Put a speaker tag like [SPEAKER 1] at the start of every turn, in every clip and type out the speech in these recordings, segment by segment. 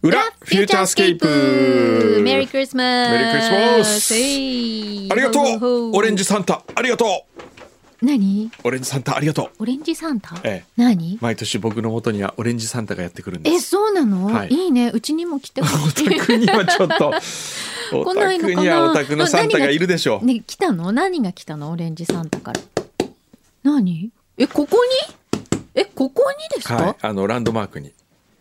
[SPEAKER 1] フューチャースケープ
[SPEAKER 2] メリークリスマス
[SPEAKER 1] メリークリスマス
[SPEAKER 2] はい
[SPEAKER 1] ありがと
[SPEAKER 2] ほうほ
[SPEAKER 1] うオレンジサンタありがとう
[SPEAKER 2] 何
[SPEAKER 1] オレンジサンタありがとう
[SPEAKER 2] オレンジサンタ、
[SPEAKER 1] ええ
[SPEAKER 2] 何
[SPEAKER 1] 毎年僕の元にはオレンジサンタがやってくるんで
[SPEAKER 2] え、
[SPEAKER 1] す
[SPEAKER 2] そうなの、
[SPEAKER 1] はい
[SPEAKER 2] い、いね。うちにも来てほ
[SPEAKER 1] お
[SPEAKER 2] しい。
[SPEAKER 1] 宅にはちょっ とお
[SPEAKER 2] 来ないの
[SPEAKER 1] 宅
[SPEAKER 2] か
[SPEAKER 1] に
[SPEAKER 2] な
[SPEAKER 1] はお宅のサンタがいるでしょう、
[SPEAKER 2] ね、来たの何が来たのオレンジサンタから。何え、ここにえ、ここにですか、
[SPEAKER 1] はいあのランドマークに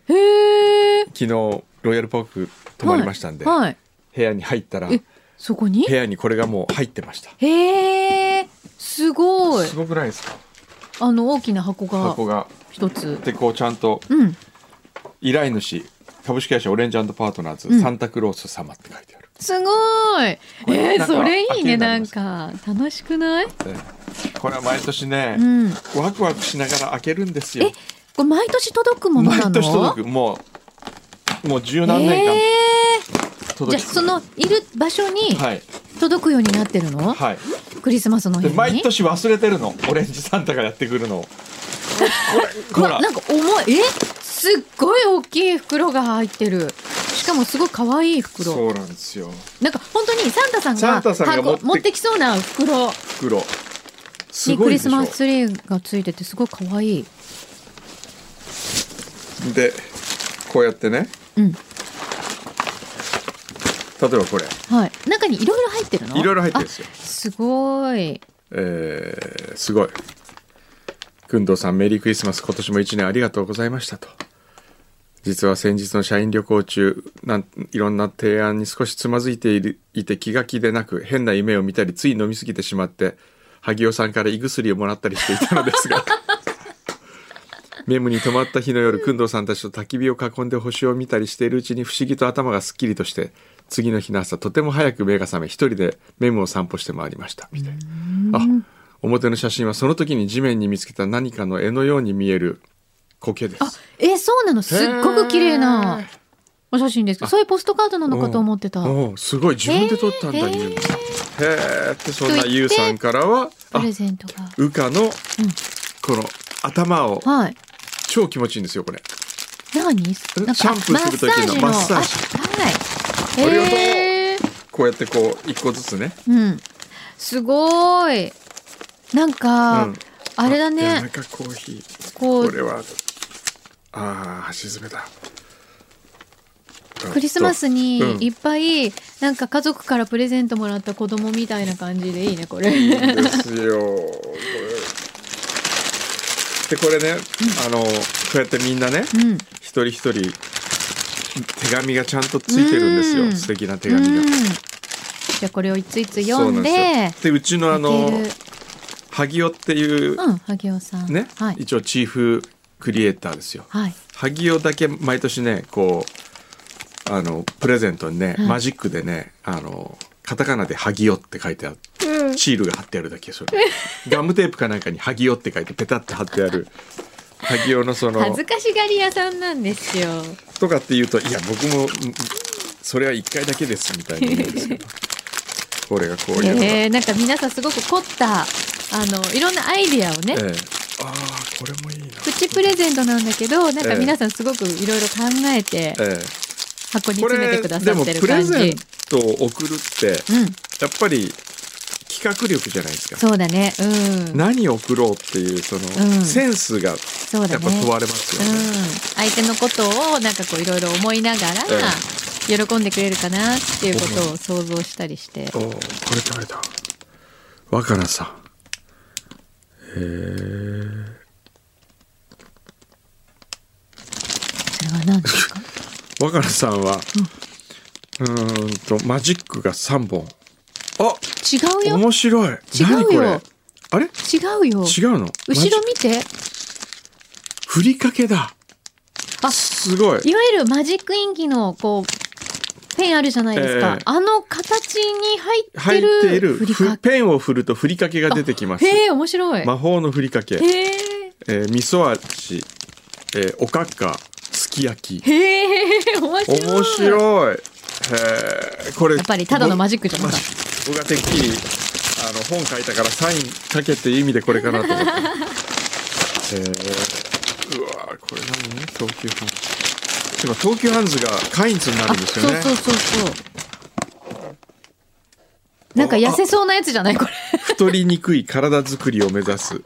[SPEAKER 2] へえ。
[SPEAKER 1] 昨日ロイヤルパーク泊まりましたんで、
[SPEAKER 2] はい。はい
[SPEAKER 1] 部屋に入ったら
[SPEAKER 2] え、そこに
[SPEAKER 1] 部屋にこれがもう入ってました
[SPEAKER 2] へえ。すごい
[SPEAKER 1] す。ごくないですか
[SPEAKER 2] あの、大きな箱が
[SPEAKER 1] 箱が
[SPEAKER 2] 一つ。
[SPEAKER 1] でこうちゃんと
[SPEAKER 2] うん。
[SPEAKER 1] 依頼主株式会社オレンジパートナーズ、
[SPEAKER 2] うん
[SPEAKER 1] サンタクロース様って書いてある
[SPEAKER 2] すごい。
[SPEAKER 1] これ
[SPEAKER 2] え
[SPEAKER 1] な
[SPEAKER 2] ー、
[SPEAKER 1] んか
[SPEAKER 2] それいい
[SPEAKER 1] 秋に
[SPEAKER 2] ね。
[SPEAKER 1] な
[SPEAKER 2] な
[SPEAKER 1] りま
[SPEAKER 2] ん
[SPEAKER 1] す
[SPEAKER 2] か楽しくない？
[SPEAKER 1] これは毎年ね、
[SPEAKER 2] うん。こ
[SPEAKER 1] ワクワクしながら開けるんですよ
[SPEAKER 2] えれ毎年届くものな
[SPEAKER 1] 毎
[SPEAKER 2] の？
[SPEAKER 1] 年届くもうもう十何年
[SPEAKER 2] え
[SPEAKER 1] 間
[SPEAKER 2] ー、じ
[SPEAKER 1] 届
[SPEAKER 2] ゃあ
[SPEAKER 1] き、
[SPEAKER 2] そのいる場所に
[SPEAKER 1] はい
[SPEAKER 2] 届くようになってるの？
[SPEAKER 1] はい
[SPEAKER 2] クリスマスの日
[SPEAKER 1] で
[SPEAKER 2] に。
[SPEAKER 1] 毎年忘れてるのオレンジサンタがやってくるのをこれ
[SPEAKER 2] う
[SPEAKER 1] ほ
[SPEAKER 2] わ
[SPEAKER 1] ら
[SPEAKER 2] なんか重い。え？すっごい大きい袋が入ってる。しかもすごい可愛い袋。
[SPEAKER 1] そうなんですよ
[SPEAKER 2] なんか本当にサンタさんが
[SPEAKER 1] サンタさんが
[SPEAKER 2] 箱
[SPEAKER 1] 持って
[SPEAKER 2] 持ってきそうな袋
[SPEAKER 1] 袋す
[SPEAKER 2] に
[SPEAKER 1] ご
[SPEAKER 2] ク
[SPEAKER 1] いで
[SPEAKER 2] リ
[SPEAKER 1] し
[SPEAKER 2] ス
[SPEAKER 1] ょ
[SPEAKER 2] マスツリーがついててすごい可愛い。
[SPEAKER 1] でこうやってね
[SPEAKER 2] うん。
[SPEAKER 1] 例えばこれ
[SPEAKER 2] はい。中にいろいろ入ってるの？
[SPEAKER 1] いろいろ入ってるんですよ
[SPEAKER 2] あ。すごい。
[SPEAKER 1] えー、すごい。くんどうさん、メリークリスマス、今年も一年ありがとうございましたと。実は先日の社員旅行中、なんいろんな提案に少しつまずいているいて気が気でなく、変な夢を見たり、つい飲みすぎてしまって、萩尾さんから胃薬をもらったりしていたのですが。 メムに泊まった日の夜、くんどうさんたちと焚き火を囲んで星を見たりしているうちに不思議と頭がすっきりとして、次の日の朝、とても早く目が覚め、一人でメムを散歩して回りました。みたいな。あ、表の写真はその時に地面に見つけた何かの絵のように見える苔です。
[SPEAKER 2] え、そうなのすっごく綺麗なお写真ですけど、そういうポストカードなのかと思ってた。
[SPEAKER 1] おうすごい自分で撮ったんだ、
[SPEAKER 2] へー
[SPEAKER 1] ゆうさん。へえってそんな
[SPEAKER 2] と言
[SPEAKER 1] ゆ
[SPEAKER 2] って
[SPEAKER 1] うさんからは、
[SPEAKER 2] プ
[SPEAKER 1] あ
[SPEAKER 2] レ、ゼントが。
[SPEAKER 1] 羽化のこの頭を
[SPEAKER 2] はい。
[SPEAKER 1] 超気持ちいいんですよこれ。
[SPEAKER 2] 何
[SPEAKER 1] え
[SPEAKER 2] なんか
[SPEAKER 1] シャンプーする時の
[SPEAKER 2] マ
[SPEAKER 1] マッ
[SPEAKER 2] ッサ
[SPEAKER 1] サ
[SPEAKER 2] ー
[SPEAKER 1] ー
[SPEAKER 2] ジの。
[SPEAKER 1] あり
[SPEAKER 2] あ
[SPEAKER 1] がとう
[SPEAKER 2] はい。え
[SPEAKER 1] こうやってこう一個ずつね。
[SPEAKER 2] ー。うん。すごい。なん
[SPEAKER 1] う
[SPEAKER 2] か
[SPEAKER 1] ん、
[SPEAKER 2] あれだ
[SPEAKER 1] あ
[SPEAKER 2] ね
[SPEAKER 1] 山。かコーヒー。
[SPEAKER 2] こ
[SPEAKER 1] こ
[SPEAKER 2] う、
[SPEAKER 1] れはああ橋爪だ。
[SPEAKER 2] クリスマスに
[SPEAKER 1] うん
[SPEAKER 2] いっぱい、なんか家族からプレゼントもらった子供みたいな感じでいいね、こ
[SPEAKER 1] い
[SPEAKER 2] れ。
[SPEAKER 1] いですよ。これでこれね、あのこうやってみんなね、
[SPEAKER 2] うん。
[SPEAKER 1] 一人一人手紙がちゃんとついてるんです
[SPEAKER 2] う
[SPEAKER 1] よ
[SPEAKER 2] ん
[SPEAKER 1] 素敵な手
[SPEAKER 2] うん
[SPEAKER 1] 紙が。
[SPEAKER 2] じゃあこれをいついつ
[SPEAKER 1] そう
[SPEAKER 2] 読
[SPEAKER 1] なん
[SPEAKER 2] で
[SPEAKER 1] ですよでうちのあの
[SPEAKER 2] いける
[SPEAKER 1] 萩尾っていう
[SPEAKER 2] うん萩尾さん
[SPEAKER 1] ね、
[SPEAKER 2] はい
[SPEAKER 1] 一応チーフクリエイターですよ
[SPEAKER 2] はい
[SPEAKER 1] 萩尾だけ毎年ねこうあのプレゼントにね、
[SPEAKER 2] はい
[SPEAKER 1] マジックでねあのカタカナで「萩尾」って書いてある、シールが貼ってあるだけそれ ガムテープかなんかに「萩尾」って書いてペタッて貼ってある萩尾のその
[SPEAKER 2] 恥ずかしがり屋さんなんですよ
[SPEAKER 1] とかって言うと、いや、僕も、んそれは一回だけです、みたいな思うんですけ ど。これがこういうのが。え
[SPEAKER 2] えー、なんか皆さんすごく凝ったあのいろんなアイディアをね、
[SPEAKER 1] えああ、これもいいな。
[SPEAKER 2] プチプレゼントなんだけどなんか
[SPEAKER 1] ええ
[SPEAKER 2] 皆さんすごくいろいろ考えて
[SPEAKER 1] え
[SPEAKER 2] 箱
[SPEAKER 1] え
[SPEAKER 2] に
[SPEAKER 1] こ
[SPEAKER 2] 詰め
[SPEAKER 1] れ、
[SPEAKER 2] てくだ
[SPEAKER 1] で
[SPEAKER 2] さ
[SPEAKER 1] も
[SPEAKER 2] ってる
[SPEAKER 1] プレ
[SPEAKER 2] 感じ
[SPEAKER 1] ゼントを送るって、
[SPEAKER 2] うん
[SPEAKER 1] やっぱり企画力じゃないですか。
[SPEAKER 2] そうだねうん
[SPEAKER 1] 何を送ろうっていう、その、
[SPEAKER 2] うん
[SPEAKER 1] センスが、
[SPEAKER 2] そう
[SPEAKER 1] や
[SPEAKER 2] だ
[SPEAKER 1] っ
[SPEAKER 2] ね
[SPEAKER 1] ぱ問われますよ
[SPEAKER 2] う
[SPEAKER 1] ね。
[SPEAKER 2] ん、相手のことをなんかこういろいろ思いながら
[SPEAKER 1] え
[SPEAKER 2] 喜んでくれるかなっていうことを想像したりして
[SPEAKER 1] おおこれ誰だ若菜さんへえ
[SPEAKER 2] それは何ですか
[SPEAKER 1] 若菜さんは、うーんとマジックが3本あ
[SPEAKER 2] 違うよ
[SPEAKER 1] 面白い
[SPEAKER 2] 違うよ
[SPEAKER 1] 何これあれ違
[SPEAKER 2] 違うよ
[SPEAKER 1] うの
[SPEAKER 2] 後ろ
[SPEAKER 1] マジ
[SPEAKER 2] 見て
[SPEAKER 1] ふりかけだ
[SPEAKER 2] あ
[SPEAKER 1] すごい
[SPEAKER 2] いわゆるマジックインキのこうペンあるじゃないですか、
[SPEAKER 1] ええ
[SPEAKER 2] あの形に入って
[SPEAKER 1] 入
[SPEAKER 2] る
[SPEAKER 1] っている
[SPEAKER 2] ふりか
[SPEAKER 1] ふペンを振るとふりかけが出てきます
[SPEAKER 2] へえ面白い、
[SPEAKER 1] 魔法のふりかけ、
[SPEAKER 2] へえ
[SPEAKER 1] えー味噌味、えーおかかすき焼き
[SPEAKER 2] へえ面白い
[SPEAKER 1] 面白いへえこれ
[SPEAKER 2] やっぱりただのマジックじゃな
[SPEAKER 1] マ
[SPEAKER 2] かっ
[SPEAKER 1] ジ僕がてっきりあの本書いたからサインかけっていう意味でこれかなと思ってえーうわーこれ何東急ハンズ今東急ハンズがカインズになる
[SPEAKER 2] あ、
[SPEAKER 1] んです
[SPEAKER 2] そ
[SPEAKER 1] よ
[SPEAKER 2] う
[SPEAKER 1] ね
[SPEAKER 2] そうそうそう。なんか痩せそうなやつじゃないこれ。
[SPEAKER 1] 太りにくい体作りを目指す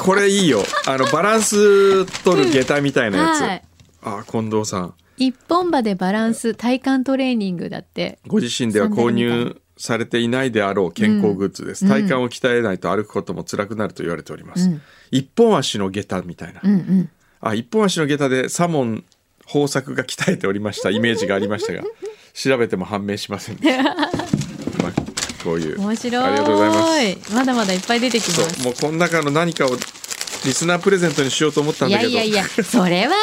[SPEAKER 1] これいいよあのバランス取る下駄みたいなやつ、
[SPEAKER 2] はい
[SPEAKER 1] あ近藤さん
[SPEAKER 2] 一本歯でバランス体幹トレーニングだって。
[SPEAKER 1] ご自身では購入されていないであろう健康グッズです、
[SPEAKER 2] うん
[SPEAKER 1] 体幹を鍛えないと歩くことも辛くなると言われております、
[SPEAKER 2] うん
[SPEAKER 1] 一本足の下駄みたいな、
[SPEAKER 2] うんうん。
[SPEAKER 1] あ一本足の下駄でサモン豊作が鍛えておりましたイメージがありました が調べても判明しませんでした、まあ、こういう
[SPEAKER 2] 面白い。
[SPEAKER 1] ありがとうございます
[SPEAKER 2] ます。まだまだいっぱい出てきま
[SPEAKER 1] そう
[SPEAKER 2] す。
[SPEAKER 1] もうこの中の何かをリスナープレゼントにしようと思ったん
[SPEAKER 2] い
[SPEAKER 1] だ
[SPEAKER 2] や
[SPEAKER 1] けど
[SPEAKER 2] いやいや、それは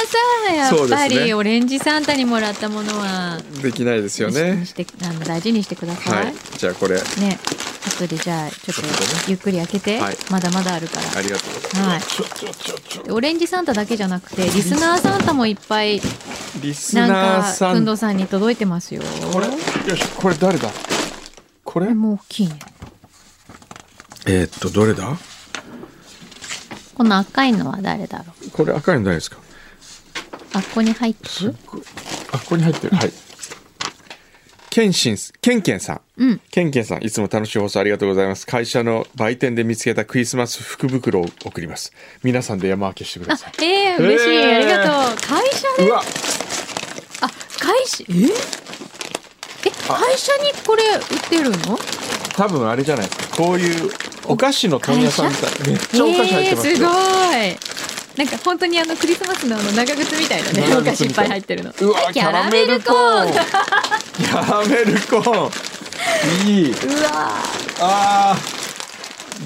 [SPEAKER 2] さ、や
[SPEAKER 1] そう
[SPEAKER 2] っ
[SPEAKER 1] で
[SPEAKER 2] ぱ
[SPEAKER 1] す
[SPEAKER 2] り、
[SPEAKER 1] ね
[SPEAKER 2] オレンジサンタにもらったものは、
[SPEAKER 1] できないですよね
[SPEAKER 2] してあの大事にしてくださ。
[SPEAKER 1] はいいじゃあこれ
[SPEAKER 2] ね、後でじゃあちょっ
[SPEAKER 1] 後
[SPEAKER 2] と
[SPEAKER 1] でね
[SPEAKER 2] ゆっくり開けて、
[SPEAKER 1] はい
[SPEAKER 2] まだまだあるから。
[SPEAKER 1] ありがとうござい
[SPEAKER 2] は
[SPEAKER 1] ま
[SPEAKER 2] い
[SPEAKER 1] す、ちょちょちょちょ
[SPEAKER 2] でオレンジサンタだけじゃなくてリスナーサンタもいっぱい
[SPEAKER 1] リス
[SPEAKER 2] なん
[SPEAKER 1] ナー
[SPEAKER 2] か
[SPEAKER 1] さ
[SPEAKER 2] くん
[SPEAKER 1] ん
[SPEAKER 2] どさんに届いてますよ。
[SPEAKER 1] これよしこれ誰だこれ
[SPEAKER 2] もう大きいね。
[SPEAKER 1] えーっとどれだ
[SPEAKER 2] この赤いのは誰だろう。
[SPEAKER 1] これ赤いのないですか
[SPEAKER 2] あここに入って
[SPEAKER 1] すっ
[SPEAKER 2] る。
[SPEAKER 1] ごいあここに入ってるはいケンシンスケンケンさん
[SPEAKER 2] うん。
[SPEAKER 1] ケンケンさん、いつも楽しい放送ありがとうございます。会社の売店で見つけたクリスマス福袋を送ります。皆さんで山分けしてください。
[SPEAKER 2] ええ嬉しい、
[SPEAKER 1] えー
[SPEAKER 2] ありがとう。会社
[SPEAKER 1] う
[SPEAKER 2] で
[SPEAKER 1] わ
[SPEAKER 2] あ会社えーえ会社にこれ売ってるの？
[SPEAKER 1] 多分あれじゃないですか。こういうお菓子の問屋さんみたい。めっちゃお菓子入ってます
[SPEAKER 2] えーすご
[SPEAKER 1] よ。
[SPEAKER 2] い。なんか本当にあのクリスマスのあの長靴みたいなね、お
[SPEAKER 1] 長
[SPEAKER 2] 菓
[SPEAKER 1] 靴
[SPEAKER 2] 子いっ
[SPEAKER 1] み
[SPEAKER 2] ぱ
[SPEAKER 1] たい
[SPEAKER 2] い入ってるの。
[SPEAKER 1] うわ
[SPEAKER 2] キャラメルコーン。
[SPEAKER 1] キャラメルコーン。いい。
[SPEAKER 2] うわ
[SPEAKER 1] あ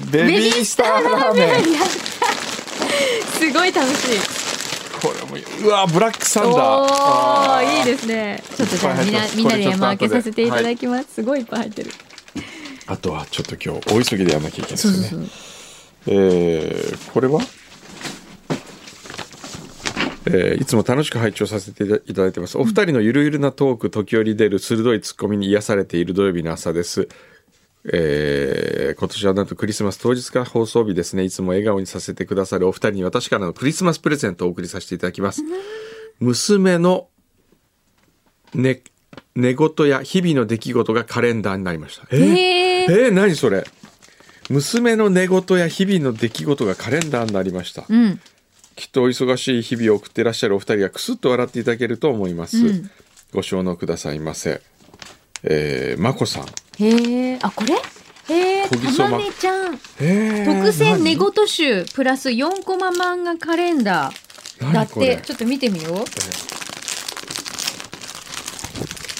[SPEAKER 1] ーベ
[SPEAKER 2] ー。
[SPEAKER 1] ビースターラーメン。
[SPEAKER 2] ン。やった。すごい楽しい。
[SPEAKER 1] これもいい。うわブラックサン
[SPEAKER 2] お
[SPEAKER 1] ダー。
[SPEAKER 2] お
[SPEAKER 1] あー
[SPEAKER 2] いいですね。ちょっとじゃあ
[SPEAKER 1] い
[SPEAKER 2] み
[SPEAKER 1] っ
[SPEAKER 2] ん
[SPEAKER 1] ぱい
[SPEAKER 2] な
[SPEAKER 1] 入ってます
[SPEAKER 2] みんな
[SPEAKER 1] こ
[SPEAKER 2] で
[SPEAKER 1] れちょっと
[SPEAKER 2] 山開け
[SPEAKER 1] 後で
[SPEAKER 2] させていただきます。すごいいっぱい入ってる。
[SPEAKER 1] あとはちょっと今日大急ぎでやんなきゃいけないです
[SPEAKER 2] そう
[SPEAKER 1] ね。
[SPEAKER 2] そうそう。
[SPEAKER 1] えーこれは、えーいつも楽しく拝聴させていただいてます。お二人のゆるゆるなトーク、時折出る鋭いツッコミに癒されている土曜日の朝です。えー今年はなんとクリスマス当日から放送日ですね。いつも笑顔にさせてくださるお二人に私からのクリスマスプレゼントをお送りさせていただきます。娘の寝、寝言や日々の出来事がカレンダーになりました。えー
[SPEAKER 2] えー。
[SPEAKER 1] えー、何それ娘の寝言や日々の出来事がカレンダーになりました、
[SPEAKER 2] うん。
[SPEAKER 1] きっとお忙しい日々を送ってらっしゃるお二人がクスッと笑っていただけると思います、
[SPEAKER 2] うん
[SPEAKER 1] ご承諾くださいませえー、まこさん
[SPEAKER 2] へえ。あこれ？へえ。
[SPEAKER 1] 小木そ
[SPEAKER 2] た
[SPEAKER 1] ば
[SPEAKER 2] まめちゃん
[SPEAKER 1] えー
[SPEAKER 2] 特選寝
[SPEAKER 1] 何
[SPEAKER 2] 言集プラス4コマ漫画カレンダーだ
[SPEAKER 1] 何
[SPEAKER 2] っ
[SPEAKER 1] これ
[SPEAKER 2] てちょっと見てみよう。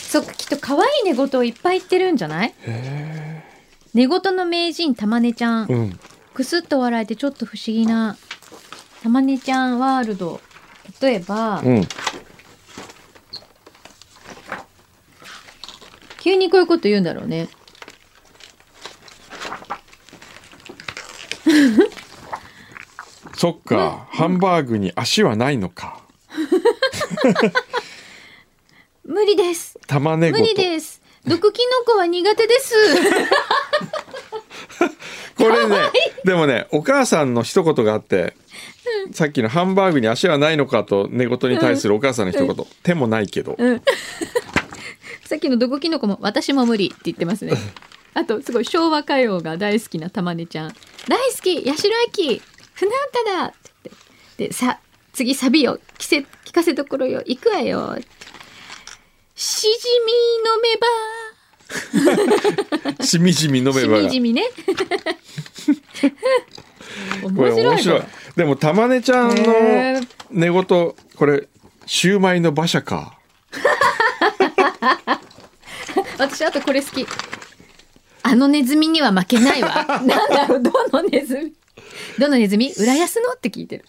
[SPEAKER 2] そっかきっと可愛い寝言をいっぱい言ってるんじゃない寝言の名人たまねちゃん、
[SPEAKER 1] うん
[SPEAKER 2] くすっと笑えてちょっと不思議なたまねちゃんワールド例えば、
[SPEAKER 1] うん
[SPEAKER 2] 急にこういうこと言うんだろうね
[SPEAKER 1] そっか、ハンバーグに足はないのか
[SPEAKER 2] 無理です
[SPEAKER 1] 玉ね
[SPEAKER 2] 無
[SPEAKER 1] ご
[SPEAKER 2] 理
[SPEAKER 1] と
[SPEAKER 2] です毒キノコは苦手です
[SPEAKER 1] これねでもねお母さんの一言があってさっきのハンバーグに足はないのかと寝言に対するお母さんの一言、手もないけど、
[SPEAKER 2] さっきの毒キノコも私も無理って言っ てますねあとすごい昭和歌謡が大好きなたまねちゃん大好き八代亜紀船歌だって言ってでさ次サビよ聞せ聞かせどころよ行くわよしじみ
[SPEAKER 1] しみじみ飲め
[SPEAKER 2] 飲め
[SPEAKER 1] ば
[SPEAKER 2] ばしみじみ ね
[SPEAKER 1] これ
[SPEAKER 2] 面白い
[SPEAKER 1] 面白い
[SPEAKER 2] こ
[SPEAKER 1] でもたまねちゃんの
[SPEAKER 2] へー
[SPEAKER 1] 寝言これシューマイの馬車か
[SPEAKER 2] れ私あとこれ好きあのネズミには負けな いわなんだろうどのネズミどのネズミ浦安のって聞いてる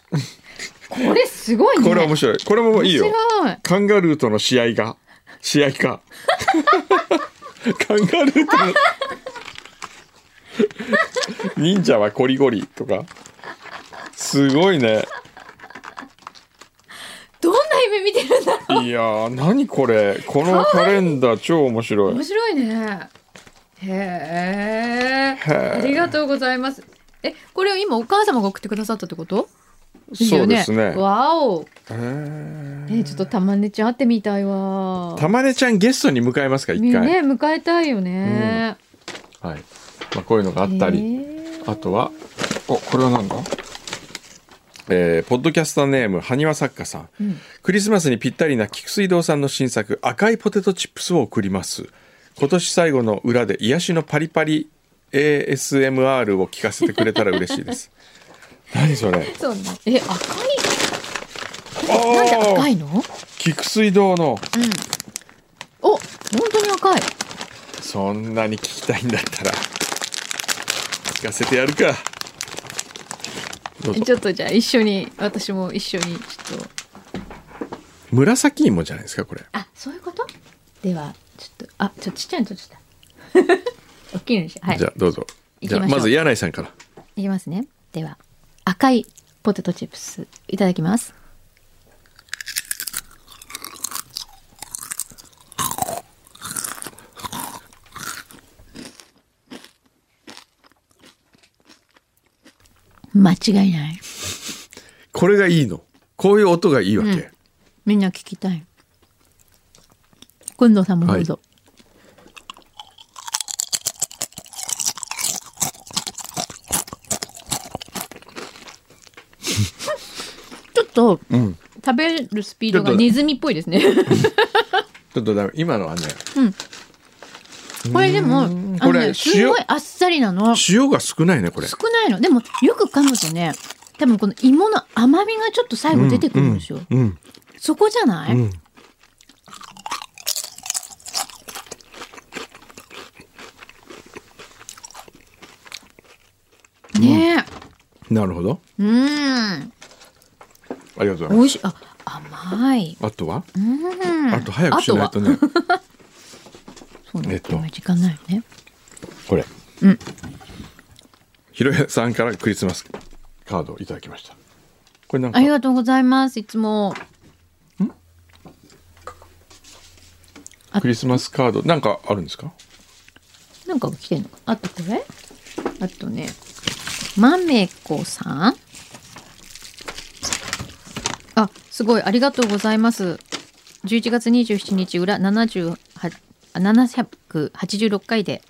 [SPEAKER 2] これすごいね
[SPEAKER 1] これ面白いこれもいいよ
[SPEAKER 2] 面白い
[SPEAKER 1] カンガルーとの試合が試合 かカンガルーとの忍者はコリゴリとかすごいね
[SPEAKER 2] どんな夢見てるんだろ
[SPEAKER 1] いやー何これこのカレンダー超面白
[SPEAKER 2] う
[SPEAKER 1] い
[SPEAKER 2] 面白いねへ
[SPEAKER 1] へ
[SPEAKER 2] え
[SPEAKER 1] ー
[SPEAKER 2] ありがとうございますえこれを今お母様が送ってくださったってこといいよね
[SPEAKER 1] そうですね
[SPEAKER 2] わお
[SPEAKER 1] え
[SPEAKER 2] えーちょっとたまねちゃん会ってみたいわ
[SPEAKER 1] たまねちゃんゲストに迎えますか一
[SPEAKER 2] ね
[SPEAKER 1] 回、
[SPEAKER 2] 迎えたいよね、
[SPEAKER 1] はいまあ、こういうのがあったり、
[SPEAKER 2] えー
[SPEAKER 1] あとはおこれは何だえーポッドキャスターネーム埴輪作家さん、
[SPEAKER 2] うん
[SPEAKER 1] クリスマスにぴったりな菊水堂さんの新作「赤いポテトチップス」を送ります今年最後の裏で癒しのパリパリ ASMR を聞かせてくれたら嬉しいです 何それ
[SPEAKER 2] そうねえ赤いなんで
[SPEAKER 1] おー
[SPEAKER 2] 赤いのうん
[SPEAKER 1] 菊水堂の
[SPEAKER 2] お本当に赤い
[SPEAKER 1] そんなに聞きたいんだったら聞かせてやるかどうぞ
[SPEAKER 2] ちょっとじゃあ一緒に私も一緒にちょっと
[SPEAKER 1] 紫芋じゃないですかこれ
[SPEAKER 2] あそういうことではちょっとあちょっとちっちゃいの取っちゃった 大きいのにしてはい
[SPEAKER 1] じゃあどうぞ
[SPEAKER 2] 行
[SPEAKER 1] じ
[SPEAKER 2] きまし
[SPEAKER 1] ゃ
[SPEAKER 2] ょ
[SPEAKER 1] あ
[SPEAKER 2] う
[SPEAKER 1] まず柳井さんから
[SPEAKER 2] いきますねでは赤いポテトチップスいただきます間違いない
[SPEAKER 1] これがいいのこういう音がいいわけ、
[SPEAKER 2] うんみんな聞きたいくんどさんもどうぞ、 ちょっと、
[SPEAKER 1] うん
[SPEAKER 2] 食べるスピード
[SPEAKER 1] ちょ
[SPEAKER 2] が
[SPEAKER 1] っと
[SPEAKER 2] ネズミっぽいですね
[SPEAKER 1] ちょっとダメ今のはね
[SPEAKER 2] これでもあの、
[SPEAKER 1] これ
[SPEAKER 2] ね、
[SPEAKER 1] 塩
[SPEAKER 2] すごいあっさりなの少
[SPEAKER 1] 塩が少ないねこれ
[SPEAKER 2] ないのでもよく噛むとね多分この芋の甘みがちょっと最後出てくるんですよ、
[SPEAKER 1] うん
[SPEAKER 2] そこじゃない、
[SPEAKER 1] うん
[SPEAKER 2] ねえ
[SPEAKER 1] なるほど
[SPEAKER 2] うん
[SPEAKER 1] ありがとうございま
[SPEAKER 2] 美
[SPEAKER 1] す
[SPEAKER 2] 味しいあ甘い
[SPEAKER 1] あとは
[SPEAKER 2] うん
[SPEAKER 1] あと早くしないと
[SPEAKER 2] あ
[SPEAKER 1] ね
[SPEAKER 2] はそうなん
[SPEAKER 1] えっと
[SPEAKER 2] 今時間ないよね
[SPEAKER 1] これ
[SPEAKER 2] うん
[SPEAKER 1] ひろやさんからクリスマスカードをいただきましたこれなんか
[SPEAKER 2] ありがとうございますいつも
[SPEAKER 1] クリスマスカードなんかあるんですか
[SPEAKER 2] なんか来てんのかあとこれあとねまめこさんあすごいありがとうございます11月27日裏78あ786回で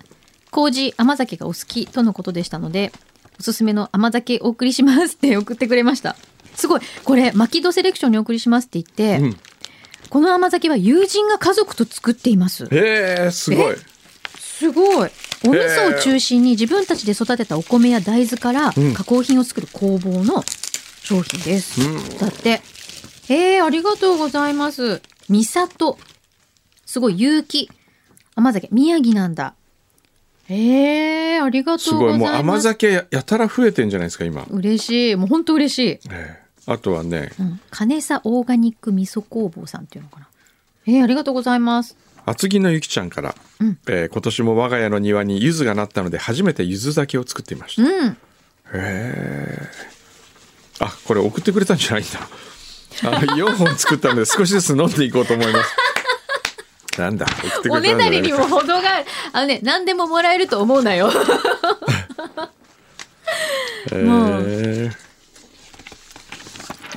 [SPEAKER 2] 麹甘酒がお好きとのことでしたのでおすすめの甘酒お送りしますって送ってくれましたすごいこれマキドセレクションにお送りしますって言って、
[SPEAKER 1] うん
[SPEAKER 2] この甘酒は友人が家族と作っています
[SPEAKER 1] へえすごい
[SPEAKER 2] すごいお味噌を中心に自分たちで育てたお米や大豆から
[SPEAKER 1] うん
[SPEAKER 2] 加工品を作る工房の商品です、
[SPEAKER 1] うん
[SPEAKER 2] だってえー、ありがとうございます美里すごい有機甘酒宮城なんだえー、ありがと
[SPEAKER 1] す
[SPEAKER 2] う
[SPEAKER 1] ご
[SPEAKER 2] ござ
[SPEAKER 1] い
[SPEAKER 2] い
[SPEAKER 1] もう
[SPEAKER 2] ま
[SPEAKER 1] 甘
[SPEAKER 2] す
[SPEAKER 1] 酒ややたら増えてんじゃないですか今
[SPEAKER 2] 嬉しいもう本当嬉しい、
[SPEAKER 1] ええあとはね
[SPEAKER 2] うん、金さオーガニック味噌工房さんっていうのかなえー、ありがとうございます
[SPEAKER 1] 厚木のゆきちゃんから、
[SPEAKER 2] うん
[SPEAKER 1] えー今年も我が家の庭に柚子がなったので初めて柚子酒を作っていました、
[SPEAKER 2] うん
[SPEAKER 1] へーあこれ送ってくれたんじゃないんだあ4本作ったので少しずつ飲んでいこうと思いますなんだ送ってく
[SPEAKER 2] お
[SPEAKER 1] れた
[SPEAKER 2] ね
[SPEAKER 1] んじ
[SPEAKER 2] だ
[SPEAKER 1] ゃな
[SPEAKER 2] り
[SPEAKER 1] い
[SPEAKER 2] にも程がある。あのね、何でももらえると思うなよ。もう
[SPEAKER 1] へー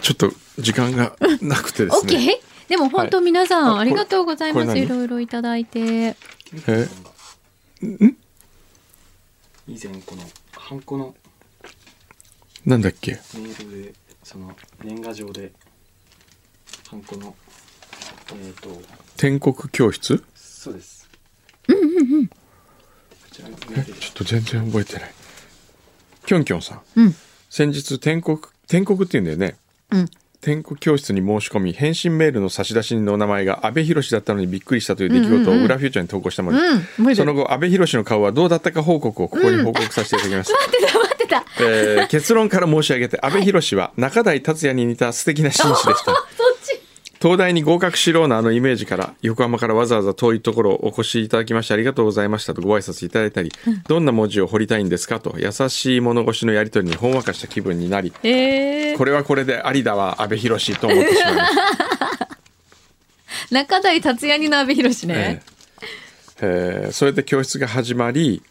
[SPEAKER 1] ちょっと時間がなくてで
[SPEAKER 2] オ
[SPEAKER 1] す
[SPEAKER 2] ッケ
[SPEAKER 1] ね、
[SPEAKER 2] ー。でも本当皆さん、
[SPEAKER 1] はいあ
[SPEAKER 2] ありがとうございま
[SPEAKER 1] こ
[SPEAKER 2] す。
[SPEAKER 1] れ
[SPEAKER 2] い
[SPEAKER 1] これ
[SPEAKER 2] ろいろいただいて。
[SPEAKER 1] え
[SPEAKER 3] 以前このハンコの
[SPEAKER 1] なんだっけ
[SPEAKER 3] メールでその年賀状でハンコのえっ、と
[SPEAKER 1] 天国教室
[SPEAKER 3] そうですうんうんうんこちらのメ
[SPEAKER 1] え
[SPEAKER 3] ールで
[SPEAKER 1] ちょっと全然覚えてないきょんきょんさん
[SPEAKER 2] うん。
[SPEAKER 1] 先日天国天国っていうんだよね
[SPEAKER 2] うん。
[SPEAKER 1] 天国教室に申し込み返信メールの差出人のお名前が阿部寛だったのにびっくりしたという出来事を裏フューチャーに投稿したものです、
[SPEAKER 2] うん。無理
[SPEAKER 1] その
[SPEAKER 2] だ。待
[SPEAKER 1] 後阿部寛の顔はどうだったか報告をここに報告させていただきます、
[SPEAKER 2] ってた、待ってた。
[SPEAKER 1] えー結論から申し上げて阿部寛は中台達也に似た素敵な紳士でした
[SPEAKER 2] そっち。
[SPEAKER 1] 東大に合格しろうなあのイメージから横浜からわざわざ遠いところをお越しいただきましてありがとうございましたとご挨拶いただいたり、どんな文字を彫りたいんですかと優しい物腰のやり取りにほんわかした気分になり
[SPEAKER 2] ええ
[SPEAKER 1] これはこれでありだわ阿部寛と思ってしまいました
[SPEAKER 2] 中台達也にの阿部寛
[SPEAKER 1] ええ
[SPEAKER 2] ね。
[SPEAKER 1] えーそれで教室が始まり、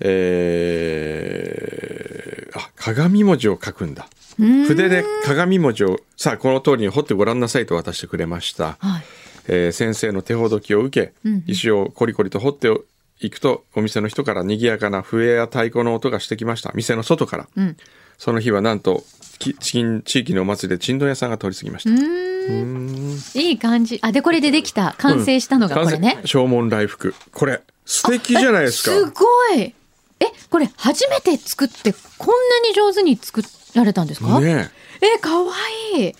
[SPEAKER 1] ええあ鏡文字を書くんだ、
[SPEAKER 2] うん
[SPEAKER 1] 筆で鏡文字をさあこの通りに彫ってごらんなさいと渡してくれました、
[SPEAKER 2] はい。
[SPEAKER 1] えー先生の手ほどきを受け、
[SPEAKER 2] うん
[SPEAKER 1] 石をコリコリと掘っていくとお店の人から賑やかな笛や太鼓の音がしてきました店の外から、
[SPEAKER 2] うん。
[SPEAKER 1] その日はなんとき地地域のお祭りでちんどん屋さんが通り過ぎまし
[SPEAKER 2] う
[SPEAKER 1] た、
[SPEAKER 2] ーん。
[SPEAKER 1] うーん
[SPEAKER 2] いい感じ。あ、で、これでできた。完成したのが
[SPEAKER 1] 完
[SPEAKER 2] こ
[SPEAKER 1] 成
[SPEAKER 2] れね。
[SPEAKER 1] 正門来福これ素敵じゃないですか
[SPEAKER 2] すごい。え、これ初めて作って、こんなに上手に作られたんですか、
[SPEAKER 1] ね
[SPEAKER 2] え、かわいい。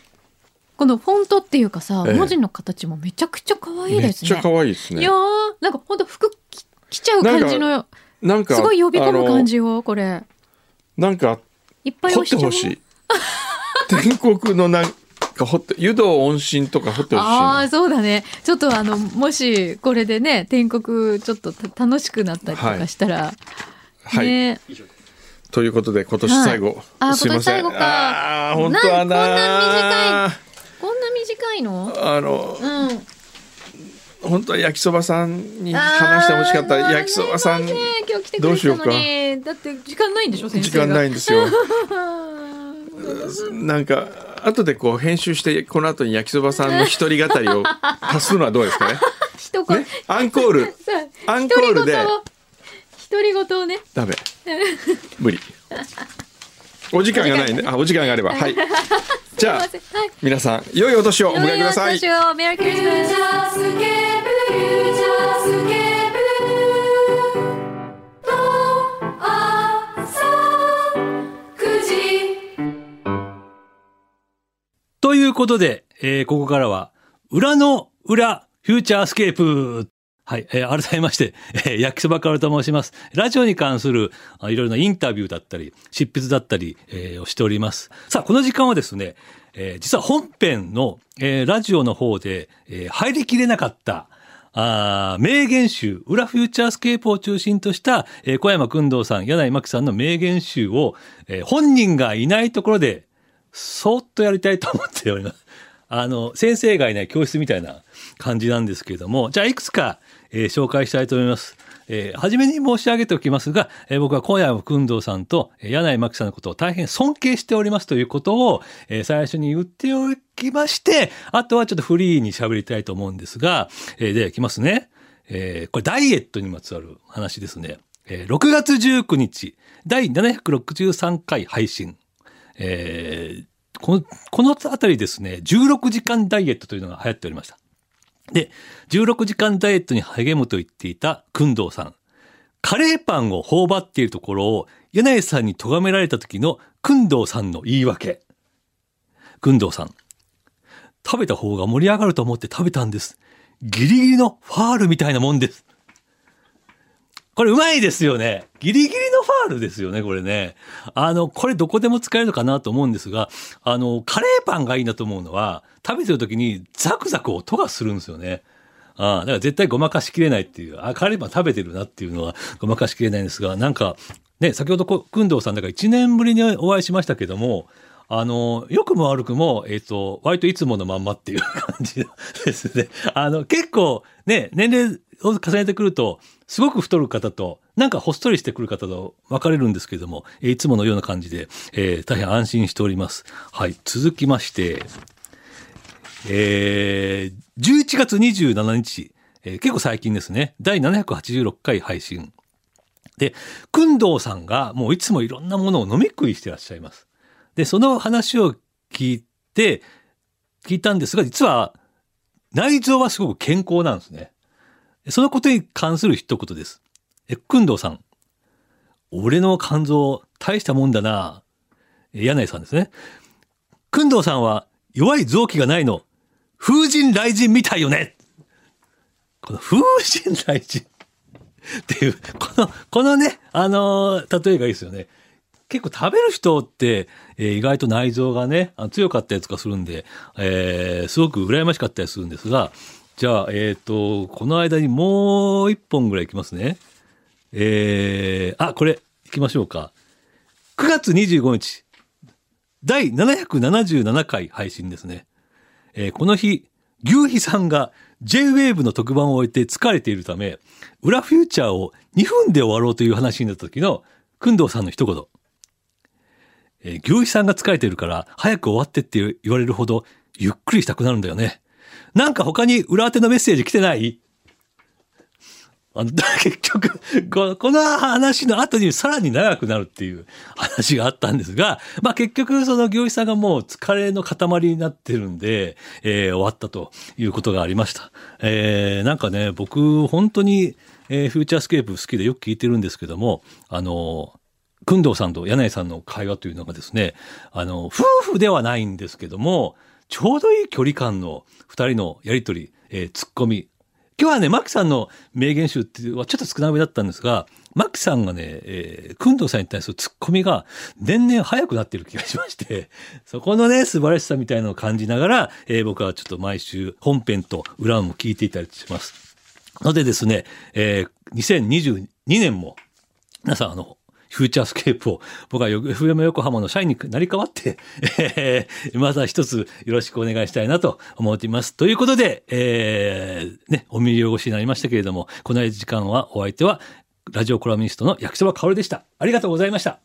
[SPEAKER 2] このフォントっていうかさ、
[SPEAKER 1] ええ
[SPEAKER 2] 文字の形もめちゃくちゃかわ
[SPEAKER 1] え
[SPEAKER 2] いい
[SPEAKER 1] めっ
[SPEAKER 2] ですね。
[SPEAKER 1] ちゃ可愛いです
[SPEAKER 2] い
[SPEAKER 1] ね
[SPEAKER 2] やー、なんかほんと服着着ちゃう感じの、
[SPEAKER 1] なんか
[SPEAKER 2] すごい呼び込む感
[SPEAKER 1] あ
[SPEAKER 2] じを、これ。
[SPEAKER 1] のなんか
[SPEAKER 2] いっぱい
[SPEAKER 1] 掘っ
[SPEAKER 2] 押してち
[SPEAKER 1] ほ
[SPEAKER 2] ゃう。
[SPEAKER 1] しい全国のなんか掘って湯道音信とか掘ってほしい
[SPEAKER 2] ああ
[SPEAKER 1] な
[SPEAKER 2] ーそうだねちょっとあのもしこれでね天国ちょっとた楽しくなったりとかしたら、
[SPEAKER 1] はい、
[SPEAKER 2] ね
[SPEAKER 3] 以上
[SPEAKER 1] ということで今年最後、
[SPEAKER 2] あー
[SPEAKER 1] すいません
[SPEAKER 2] 今年最後か
[SPEAKER 1] あー本当はな
[SPEAKER 2] なん
[SPEAKER 1] ー
[SPEAKER 2] こんな短いの
[SPEAKER 1] あの
[SPEAKER 2] うん
[SPEAKER 1] 本当は焼きそばさんに話してほしかった焼きそばさん
[SPEAKER 2] ね今日来てく
[SPEAKER 1] どう
[SPEAKER 2] れ
[SPEAKER 1] しよ
[SPEAKER 2] た
[SPEAKER 1] うか
[SPEAKER 2] のにだって時間ないんでしょ先
[SPEAKER 1] 時
[SPEAKER 2] 生が
[SPEAKER 1] 間ない
[SPEAKER 2] い
[SPEAKER 1] んですよなんか後でこう編集してこの後に焼きそばさんの一人語りを足すのはどうですかね
[SPEAKER 2] 一言、
[SPEAKER 1] ねアンコール
[SPEAKER 2] さあ
[SPEAKER 1] アンコールで
[SPEAKER 2] 独り言を独り言をね
[SPEAKER 1] ダメ無理お時間がないねあお時間があればはいじゃあ
[SPEAKER 2] すいませんはい
[SPEAKER 1] 皆さん良いお年をお迎えください
[SPEAKER 2] 良いお年をメリークリスマス
[SPEAKER 4] ということで、えーここからは、裏の裏、フューチャースケープ。はい、えー改めまして、えー焼きそばからと申します。ラジオに関する、あいろいろなインタビューだったり、執筆だったり、えーをしております。さあ、この時間はですね、えー実は本編の、えーラジオの方で、えー入りきれなかった、あー名言集、裏フューチャースケープを中心とした、えー小山君堂さん、柳井真紀さんの名言集を、えー本人がいないところで、そーっとやりたいと思っております。あの、先生がいない教室みたいな感じなんですけれども、じゃあいくつか、えー紹介したいと思います。えー初めに申し上げておきますが、えー僕は今夜も工藤さんとえー柳井真紀さんのことを大変尊敬しておりますということを、えー最初に言っておきまして、あとはちょっとフリーに喋りたいと思うんですが、えーで、いきますね。えーこれダイエットにまつわる話ですね。えー6月19日、第763回配信。えーこの、このあたりですね、16時間ダイエットというのが流行っておりました。で、16時間ダイエットに励むと言っていた工藤さん。カレーパンを頬張っているところを、柳井さんに咎められた時の工藤さんの言い訳。工藤さん。食べた方が盛り上がると思って食べたんです。ギリギリのファールみたいなもんです。これうまいですよね。ギリギリのファールですよね、これね。あの、これどこでも使えるかなと思うんですが、あの、カレーパンがいいなと思うのは、食べてる時にザクザク音がするんですよね。ああ、だから絶対ごまかしきれないっていう、あ、カレーパン食べてるなっていうのは ごまかしきれないんですが、なんか、ね、先ほどこ、くんどうさんだから1年ぶりにお会いしましたけども、あの、良くも悪くも、えっ、と、割といつものまんまっていう 感じですね。あの、結構、ね、年齢を重ねてくると、すごく太る方と、なんかほっそりしてくる方と分かれるんですけども、えーいつものような感じで、えー大変安心しております。はい、続きまして、えー、11月27日、えー結構最近ですね、第786回配信。で、くんどうさんがもういつもいろんなものを飲み食いしてらっしゃいます。で、その話を聞いて、聞いたんですが、実は内臓はすごく健康なんですね。そのことに関する一言です。え、くんどうさん。俺の肝臓、大したもんだな。え柳井さんですね。くんどうさんは弱い臓器がないの。風神雷神みたいよね。この風神雷神っていう、この、このね、あのー例えがいいですよね。結構食べる人って、えー意外と内臓がね、あの強かったりとかするんで、えーすごく羨ましかったりするんですが、じゃあ、えっ、と、この間にもう一本ぐらいいきますね。えー、あ、これ、行きましょうか。9月25日、第777回配信ですね。えーこの日、牛肥さんが J-Wave の特番を終えて疲れているため、裏フューチャーを2分で終わろうという話になった時の、くんどうさんの一言。えー、牛皮さんが疲れてるから、早く終わってって言われるほど、ゆっくりしたくなるんだよね。なんか他に裏宛てのメッセージ来てないあの、結局、ここの話の後にさらに長くなるっていう話があったんですが、まあ結局その行司さんがもう疲れの塊になってるんで、えー終わったということがありました。えーなんかね、僕本当に、えーフューチャースケープ好きでよく聞いてるんですけども、あの工藤さんと柳井さんの会話というのがですね、あの、夫婦ではないんですけども、ちょうどいい距離感の二人のやりとり、えー、ツッコミ。今日はね、マキさんの名言集っていうのはちょっと少なめだったんですが、マキさんがね、えー、工藤さんに対するツッコミが年々早くなってる気がしまして、そこのね、素晴らしさみたいなのを感じながら、えー僕はちょっと毎週本編と裏も聞いていたりします。のでですね、えー、2022年も皆さん、あの、フューチャースケープを、僕は FM 横浜の社員になり変わって、 えーまた一つよろしくお願いしたいなと思っています。ということで、えーね、お見越しになりましたけれども、この時間はお相手は、ラジオコラムニストの焼きそばかおるでした。ありがとうございました。